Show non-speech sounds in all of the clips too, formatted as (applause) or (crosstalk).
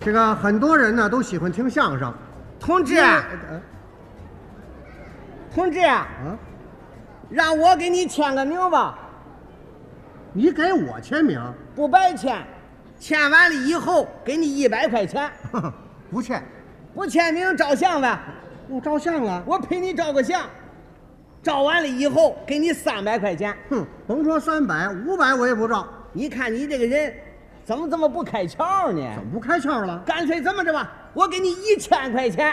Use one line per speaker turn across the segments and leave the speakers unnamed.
这个很多人呢都喜欢听相声，
同志，
呃
同志，
呃啊，
让我给你签个名吧，
你给我签名，
不白签，签完了以后给你一百块钱，
(laughs) 不欠，
不签名照相呗，
我照相啊，
我陪你照个相，照完了以后给你三百块钱。
哼，甭说三百，五百我也不照，
你看你这个人，怎么这么不开窍
怎
呢？
么不开窍了？
干脆这么着吧，我给你一千块钱，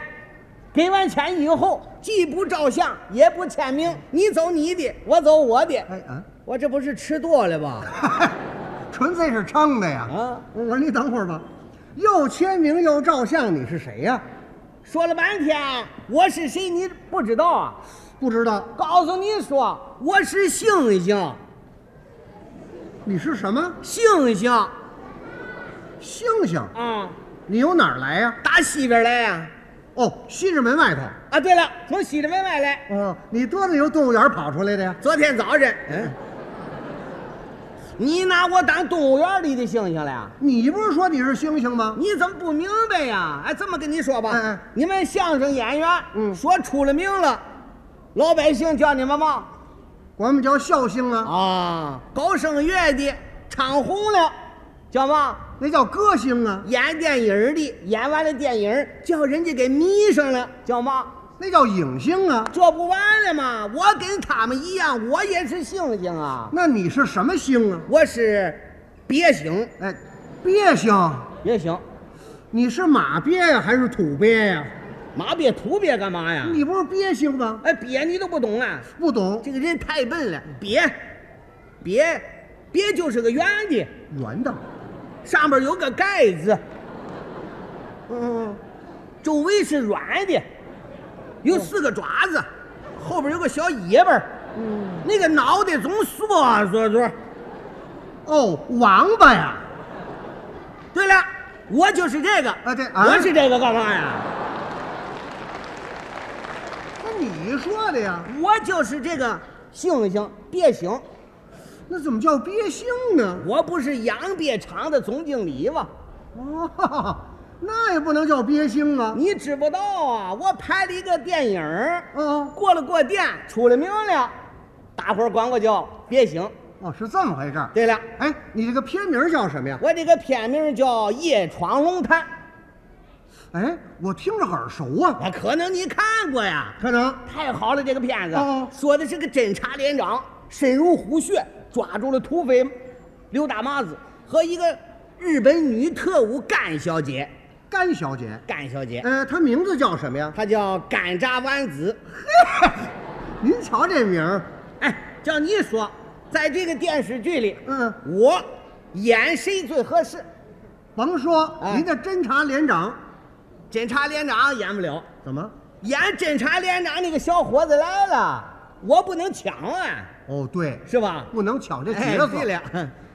给完钱以后既不照相也不签名，你走你的，我走我的。
哎啊，
我这不是吃多了吧？
(laughs) 纯粹是撑的呀。
啊，
我说你等会儿吧，又签名又照相，你是谁呀、
说了半天我是谁你不知道啊？
不知道
告诉你说我是猩猩，
你是什么
猩猩
星星？
啊，
你由哪儿来呀、
打西边来呀、
哦，西直门外头。
啊？对了，从西直门外来。
哦，你多得由动物园跑出来的呀？
昨天早晨，
哎，
你拿我当动物园里的猩猩了呀？
你不是说你是星星吗？
你怎么不明白呀？哎，这么跟你说吧，
哎哎
你们相声演员，
嗯
说出了名了，老百姓叫你们嘛
管我们叫笑星啊，
啊，搞声乐的唱红了，叫嘛
那叫歌星啊，
演电影的演完了电影，叫人家给迷上了，叫嘛
那叫影星啊。
这不完了吗？我跟他们一样，我也是猩猩啊，
那你是什么星啊？
我是鳖星，
哎，鳖星，
也行，
你是马鳖呀、还是土鳖呀、
马鳖土鳖干嘛呀？
你不是鳖星吗？
哎，鳖你都不懂啊。
不懂，
这个人太笨了，别，别，别就是个圆的，
圆的。
上边有个盖子，
嗯，
周围是软的，有四个爪子，后边有个小尾巴，嗯，那个脑袋总缩缩缩。
哦，王八呀。
对了，我就是这个，
啊对啊
我是这个干嘛呀？
那你说的呀？
我就是这个猩猩鳖猩，
那怎么叫鳖星呢？
我不是养鳖场的总经理吗？
哦， (laughs) 那也不能叫鳖星啊。
你知不道啊？我拍了一个电影儿
哦
过了过电，出了名了，大伙儿管我叫别醒。
哦，是这么回事儿。
对了，
哎，你这个片名叫什么呀？
我这个片名叫《夜闯龙潭
哎，我听着耳熟》，啊。
啊，可能你看过呀。
可能
太好了，这个片子、
哦
说的是个侦察连长深入虎穴，抓住了土匪刘大麻子和一个日本女特务甘小姐。
甘小姐，
甘小姐，
呃，她名字叫什么呀？
她叫甘炸丸子。
您瞧这名儿，
哎，叫你说，在这个电视剧里，
嗯，
我演谁最合适？
甭说
哎
您的侦察连长
侦察连长演不了，
怎么？
演侦察连长那个小伙子来了，我不能抢啊，
哦，对，
是吧？
不能抢这
哎
角色。
对了，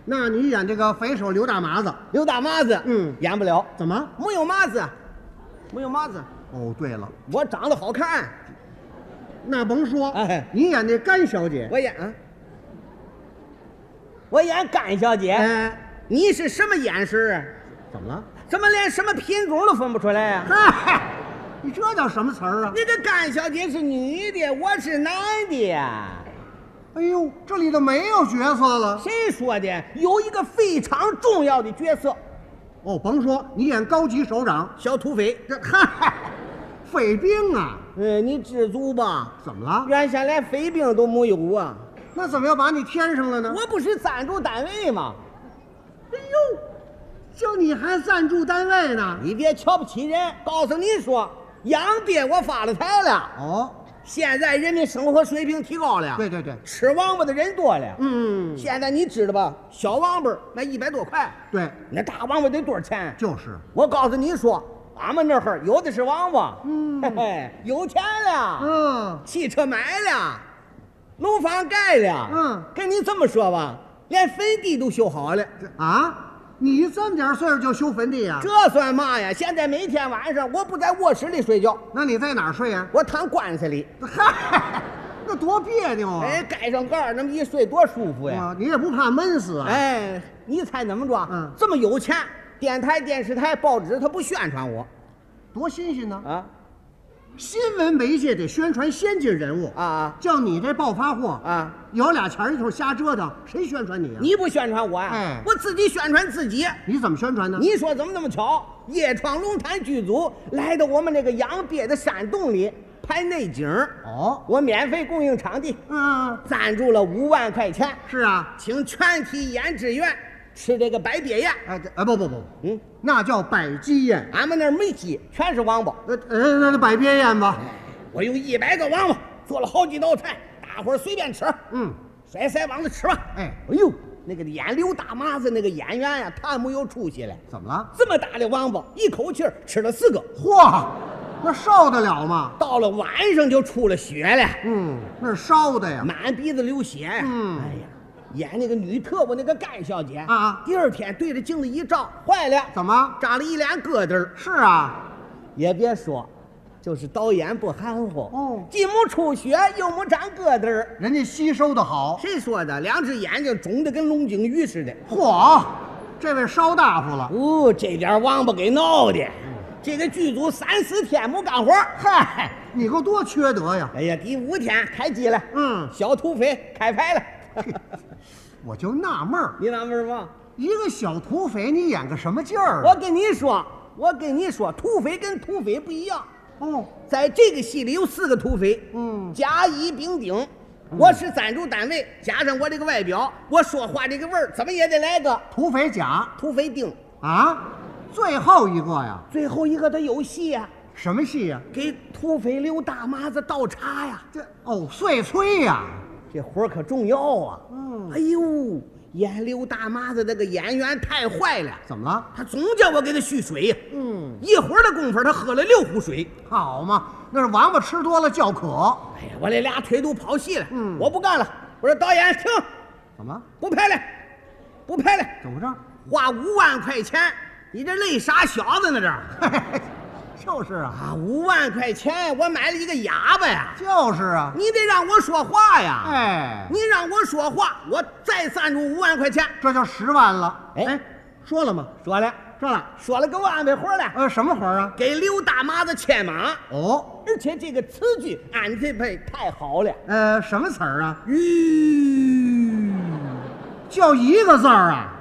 那你演这个匪首刘大麻子
刘大麻子，
嗯
演不了，
怎么？
没有麻子，没有麻子，
哦，对了，
我长得好看，
那甭说，
哎
你演这甘小姐，
我演，啊我演甘小姐，
哎，
你是什么眼神啊？
怎么了？
怎么连什么品种都分不出来呀、
嗨，你这叫什么词儿啊？
那个甘小姐是女的，我是男的呀。
哎呦，这里头没有角色了。
谁说的？有一个非常重要的角色，
哦，甭说，你演高级首长，
小土匪。
这嗨， (laughs) 匪兵啊，
嗯，你知足吧？
怎么了？
原先连匪兵都没有啊！
那怎么要把你添上了呢？
我不是赞助单位吗？
哎呦，就你还赞助单位呢？
你别瞧不起人，告诉你说，养鳖我发了财了。
哦，
现在人民生活水平提高了，
对对对，
吃王八的人多了。
嗯，
现在你知道吧？小王八卖一百多块，
对，
那大王八得多少钱？
就是。
我告诉你说，俺们那会儿有的是王八，
嗯
嘿嘿，有钱了。
嗯，
汽车买了，楼房盖了，
嗯
跟你这么说吧，连坟地都修好了，
啊，你这么点岁数就修坟地啊呀、
这算嘛呀？现在每天晚上我不在卧室里睡觉，
那你在哪儿睡呀、
我躺棺材里，
嗨， (laughs) 那多别扭啊！
哎，盖上盖儿，那么一睡多舒服呀！哎
啊，你也不怕闷死啊？
哎，你猜怎么着？
嗯
这么有钱，电台、电视台、报纸，他不宣传我
多新鲜呢！
啊
新闻媒介得宣传先进人物
啊啊
叫你这暴发户
啊！
有俩钱儿一头瞎折腾，谁宣传你啊？
你不宣传我呀、
嗯
我自己宣传自己。
你怎么宣传呢？
你说怎么那么巧？夜闯龙潭剧组来到我们这个养鳖的山洞里拍内景儿，
哦，
我免费供应场地，
嗯，
赞助了五万块钱，
是啊，
请全体演职员吃这个白鳖宴。
哎这哎不不不，
嗯，
那叫百鸡宴，
俺们那儿没鸡，全是王八。
呃呃那那百鳖宴吧，
我用一百个王八做了好几道菜，大伙儿随便吃，
嗯，
甩腮帮子吃吧。
哎
哎呦，那个演刘大麻子那个演员呀、太没有出息了。
怎么了？
这么大的王八，一口气儿吃了四个，
嚯，那受得了吗？
到了晚上就出了血了。
嗯，那是烧的呀，
满鼻子流血呀！
嗯
哎呀，演那个女特务那个甘小姐
啊
第二天对着镜子一照，坏了，
怎么？
长了一脸疙瘩儿。
是啊，
也别说，就是导演不含糊，
哦
既没出血，又没长疙瘩儿。
人家吸收的好，
谁说的？两只眼睛肿得跟龙井鱼似的。
嚯，这位烧大夫了，
哦，这点王八给闹的，这个剧组三四天没干活儿，嗨，
你够多缺德呀！ (laughs)
哎呀，第五天开机了，
嗯
小土匪开拍了。
我就纳闷儿，
你纳闷儿吗？
一个小土匪，你演个什么劲儿
我
啊？
跟你说，我跟你说，土匪跟土匪不一样，
哦，
在这个戏里有四个土匪，
嗯
甲乙丙丁。我是赞助单位，加上我这个外表，我说话这个味儿，怎么也得来个
土匪甲
土匪丁。
啊，最后一个呀，
最后一个他有戏啊呀、
什么戏呀？
给土匪刘大麻子倒茶呀，
这哦，碎催呀，
这活儿可重要啊。
嗯
哎呦，演刘大麻子那个演员太坏了，
怎么了？
他总叫我给他续水呀。
嗯，
一会儿的功夫，他喝了六壶水。
好嘛，那是王八吃多了叫渴，
哎呀，我这俩腿都跑细了，
嗯
我不干了。我说导演停，
怎么
不拍了，不拍了，
怎么着？
花五万块钱，你这累傻小子呢这儿 (laughs)
嘿嘿 (laughs) 就是啊，
啊，五万块钱我买了一个哑巴呀，
就是啊，
你得让我说话呀，
哎，
你让我说话，我再赞助五万块钱。
这就十万了。
哎
哎，说了吗？
说了，
说了，
说了，给我安排活了，
呃，什么活儿啊？
给刘大妈子牵马，
哦，
而且这个词句安排配太好了，
呃，什么词儿啊？
吁，
就一个字儿啊。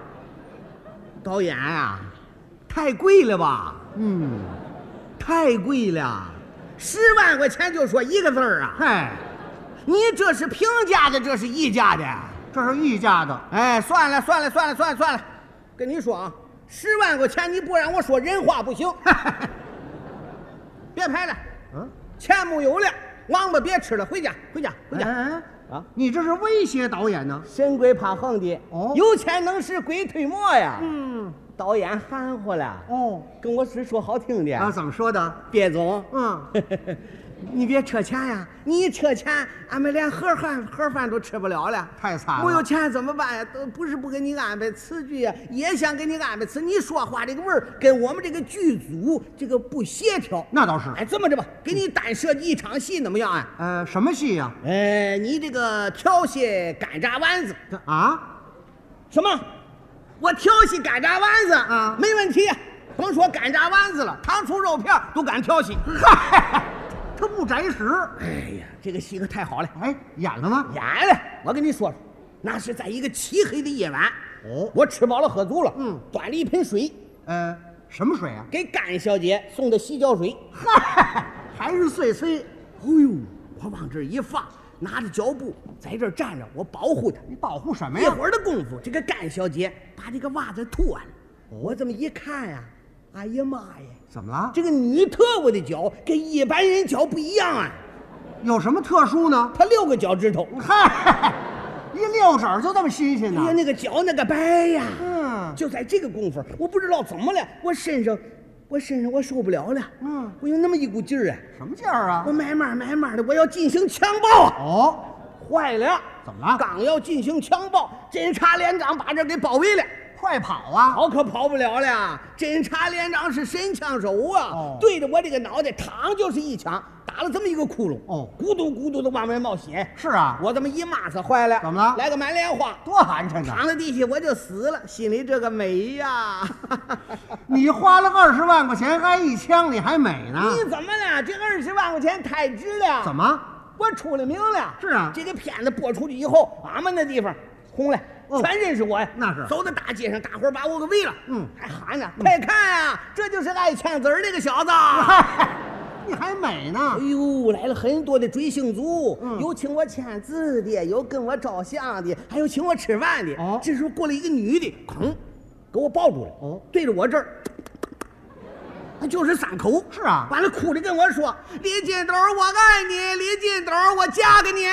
导演啊，太贵了吧？
嗯，
太贵了，十万块钱就说一个字儿啊！
嘿，
你这是平价的，这是溢价的。
这是议价的。
哎，算了算了算了算了算了，跟你说啊，十万块钱你不让我说人话不行。 (laughs) 别拍了，
嗯，
钱没有了，王八别吃了，回家回家回家。
哎，
啊
你这是威胁导演呢？
神鬼怕横的，
哦
有钱能使鬼推磨呀。
嗯，
导演含糊了，
哦，
跟我是说好听的，
啊，怎么说的？
别总。
嗯，
(laughs) 你别扯钱呀！你一扯钱，俺们连盒饭盒饭都吃不了了，
太惨了
没有钱怎么办呀？都不是不给你安排词句呀，也想给你安排词。你说话这个味儿跟我们这个剧组这个不协调。
那倒是。
哎，这么着吧，给你单设计一场戏怎么样啊？
呃，什么戏呀、
呃，你这个调戏干炸丸子
这啊，
什么？我调戏干炸丸子
啊
没问题，甭说干炸丸子了，糖醋肉片儿都敢调戏。
嗨，他不宅时。
哎呀，这个戏可太好了。
哎，演了吗？
演了，我跟你说说，那是在一个漆黑的夜晚，
哦
我吃饱了喝足了，
嗯，
端了一盆水
呃，什么水啊？
给甘小姐送的洗脚水，
嗨，还是碎催，
哎呦，我往这儿一放，拿着脚布在这儿站着，我保护她。
你保护什么
一
呀？
会儿的功夫，这个甘小姐把这个袜子脱了，
哦
我这么一看呀、哎呀妈呀，
怎么了？
这个女特务的脚跟一般人脚不一样啊，
有什么特殊呢？
她六个脚趾头，
嗨，一溜指儿就这么新鲜呢
哎呀，？那个脚那个白呀、
嗯，
就在这个功夫，我不知道怎么了，我身上，我身上我受不了了，
嗯，
我有那么一股劲儿啊，
什么劲儿啊
我？慢慢慢慢的，我要进行强暴啊！
哦，
坏了，
怎么了
刚要进行强暴，侦察连长把这给包围了，
快跑啊！
跑可跑不了了呀！侦察连长是神枪手啊，
哦
对着我这个脑袋，嘡就是一枪，打了这么一个窟窿，
哦
咕嘟咕嘟的往外冒血。
是啊，
我这么一骂他坏了，
怎么了
来个满脸花，
多寒碜啊！
躺在地下我就死了，心里这个
(laughs)
美呀！
你花了二十万块钱挨一枪，你还美呢？
你怎么了？这二十万块钱太值了！
怎
么？
么？
我出了名了。
是啊
这个片子播出去以后，俺们那地方红了。
哦
全认识我呀！
那是
走到大街上，大伙儿把我给围了，
嗯
还喊呢：“快看啊，这就是爱枪子儿那个小
(laughs)
子！”
你还美呢？
哎呦，来了很多的追星族，
嗯
有请我签字的，有跟我照相的，还有请我吃饭的。
哦
这时候过来一个女的，吭，给我抱住了，
哦
对着我这儿，那就是三口。
是啊
完了哭着跟我说：“李金斗，我爱你，李金斗，我嫁给你。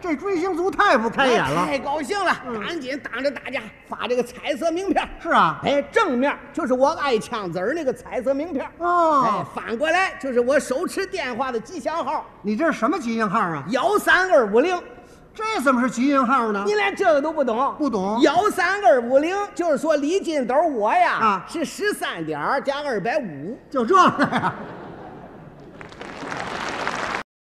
这追星族 (laughs) 太不开眼
我
了。
哎
嗯
太高兴了，赶紧当着大家发这个彩色名片。
是啊，
哎，正面就是我爱枪子儿那个彩色名片。哎
哦，，
反过来就是我手持电话的吉祥号。
你这是什么吉祥号啊？
幺三二五零，
这怎么是吉祥号呢
你？连这个都不懂？
不懂
幺三二五零就是说李金斗我呀，
啊
是十三点儿加二百五，
就这个呀？